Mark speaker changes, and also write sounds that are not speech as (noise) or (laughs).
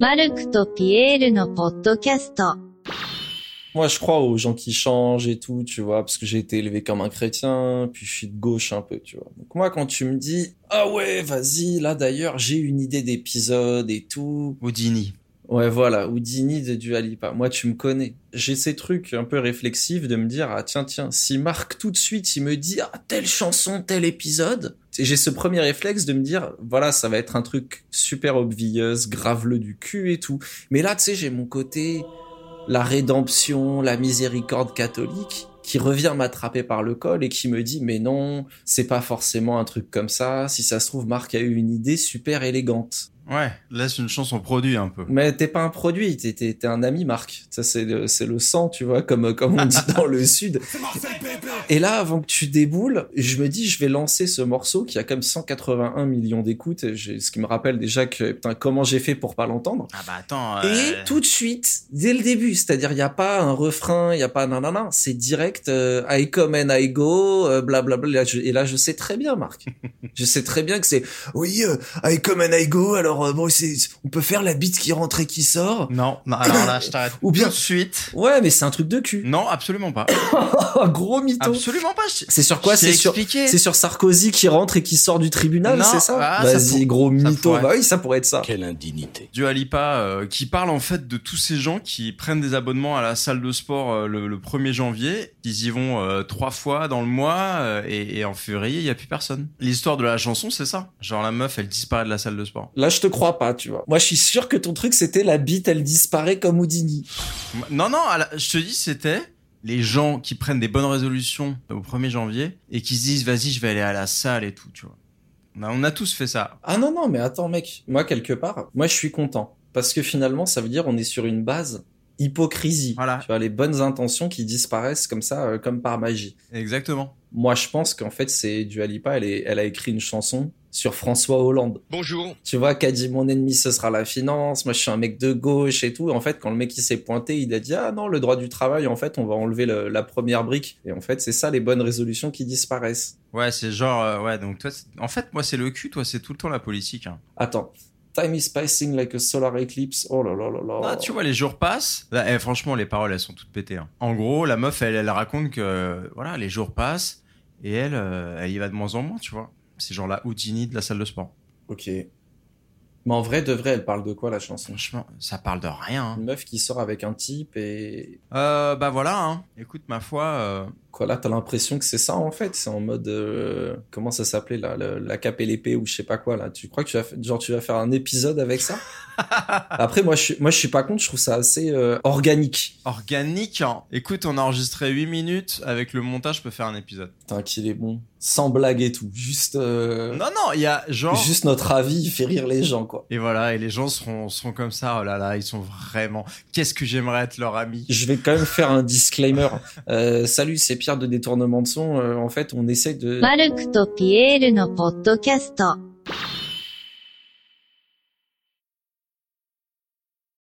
Speaker 1: マルクとピエールのポッドキャスト。
Speaker 2: Moi, je crois aux gens qui changent et tout, tu vois, parce que j'ai été élevé comme un chrétien, puis je suis de gauche un peu, tu vois. Donc moi, quand tu me dis, ah ouais, vas-y, là d'ailleurs, j'ai une idée d'épisode et tout.
Speaker 3: Houdini.
Speaker 2: Ouais, voilà, Houdini de Dualipa. Moi, tu me connais. J'ai ces trucs un peu réflexifs de me dire, ah tiens, tiens, si Marc tout de suite, il me dit, ah, telle chanson, tel épisode. Et J'ai ce premier réflexe de me dire, voilà, ça va être un truc super obvious, grave-le du cul et tout. Mais là, tu sais, j'ai mon côté la rédemption, la miséricorde catholique qui revient m'attraper par le col et qui me dit mais non, c'est pas forcément un truc comme ça, si ça se trouve Marc a eu une idée super élégante.
Speaker 3: Ouais, là c'est une chanson produit un peu.
Speaker 2: Mais t'es pas un produit, t'es, t'es- t'es un ami Marc. Ça c'est le, c'est le sang, tu vois, comme, comme on dit dans le sud. Et là, avant que tu déboules, je me dis je vais lancer ce morceau qui a comme 181 millions d'écoutes, et j'ai- ce qui me rappelle déjà que putain comment j'ai fait pour pas l'entendre.
Speaker 3: Ah bah attends.
Speaker 2: Et
Speaker 3: euh,
Speaker 2: tout de suite, dès le début, c'est-à-dire il n'y a pas un refrain, il n'y a pas nanana, c'est direct, euh, I come and I go, euh, blablabla. Là, je- Et là, je sais très bien,
Speaker 3: (laughs)
Speaker 2: Marc. je sais très bien que c'est, oui, euh, I come and I go, alors euh, bon, c'est- on peut faire la bite qui rentre et qui sort.
Speaker 3: Non, non, alors là je t'arrête.
Speaker 2: Ou bien-
Speaker 3: tout de suite.
Speaker 2: Ouais, mais c'est un truc de cul. Oh,
Speaker 3: Non, absolument pas.
Speaker 2: Gros mytho.
Speaker 3: absolument pas. je-
Speaker 2: C'est sur quoi
Speaker 3: je t'ai
Speaker 2: C'est sur
Speaker 3: expliqué.
Speaker 2: c'est sur Sarkozy qui rentre et qui sort du tribunal,
Speaker 3: Non,
Speaker 2: c'est ça
Speaker 3: ah, ça
Speaker 2: Vas-y,
Speaker 3: pour-
Speaker 2: gros mytho.
Speaker 3: pourrait.
Speaker 2: Bah oui, ça pourrait être ça.
Speaker 4: Quelle indignité.
Speaker 3: Du Alipa euh, qui parle en fait de tous ces gens qui prennent des abonnements à la salle de sport euh, le, le 1er janvier, ils y vont euh, trois fois dans le mois euh, et, et en février il y a plus personne. L'histoire de la chanson c'est ça, genre la meuf elle disparaît de la salle de sport.
Speaker 2: Là, je te crois pas, tu vois. Moi, je suis sûr que ton truc, c'était la bite, elle disparaît comme Houdini.
Speaker 3: Non non, à la- je te dis c'était les gens qui prennent des bonnes résolutions au 1er janvier et qui se disent vas-y je vais aller à la salle et tout, tu vois. On a, on a tous fait ça.
Speaker 2: Ah non, non, mais attends, mec. Moi, quelque part, moi, je suis content. Parce que finalement, ça veut dire on est sur une base hypocrisie.
Speaker 3: Voilà.
Speaker 2: Tu vois, les bonnes intentions qui disparaissent comme ça, euh, comme par magie.
Speaker 3: Exactement.
Speaker 2: Moi, je pense qu'en fait, c'est Dualipa, elle, est, elle a écrit une chanson sur François Hollande.
Speaker 4: Bonjour.
Speaker 2: Tu vois, qu'a dit mon ennemi, ce sera la finance. Moi, je suis un mec de gauche et tout. En fait, quand le mec, il s'est pointé, il a dit, ah non, le droit du travail, en fait, on va enlever le- la première brique. Et en fait, c'est ça, les bonnes résolutions qui disparaissent.
Speaker 3: Ouais, c'est genre euh, ouais, donc toi c'est- en fait moi c'est le cul, toi c'est tout le temps la politique. hein.
Speaker 2: Attends. Time is passing like a solar eclipse. Oh là là là là.
Speaker 3: Ah, tu vois, les jours passent. Là, eh, franchement, les paroles, elles sont toutes pétées. hein. En gros, la meuf, elle, elle raconte que euh, voilà, les jours passent et elle, euh, elle y va de moins en moins, tu vois. C'est genre la Houdini de la salle de sport.
Speaker 2: Ok. Mais en vrai, de vrai, elle parle de quoi la chanson
Speaker 3: Franchement, ça parle de rien. hein.
Speaker 2: Une meuf qui sort avec un type et.
Speaker 3: Euh, bah voilà, hein. écoute, ma foi, euh,
Speaker 2: Quoi là, t'as l'impression que c'est ça en fait C'est en mode. euh, Comment ça s'appelait là le- La cape et l'épée ou je sais pas quoi là Tu crois que tu vas, fa- genre, tu vas faire un épisode avec
Speaker 3: (laughs)
Speaker 2: ça Après, moi je, suis- moi je suis pas contre, je trouve ça assez euh, organique.
Speaker 3: organique. hein. Écoute, on a enregistré 8 minutes. Avec le montage, je peux faire un épisode.
Speaker 2: Putain, qu'il est bon. Sans blague et tout. Juste. euh,
Speaker 3: Non, non, il y a genre.
Speaker 2: Juste notre avis, il fait rire les gens quoi.
Speaker 3: Et voilà, et les gens seront, seront comme ça. Oh là là, ils sont vraiment. Qu'est-ce que j'aimerais être leur ami.
Speaker 2: je vais quand même faire un disclaimer. Euh, salut, c'est Pierre de Détournement de Son. Euh, en fait, on essaie de.
Speaker 1: マルクとピエールのポッドキャスト。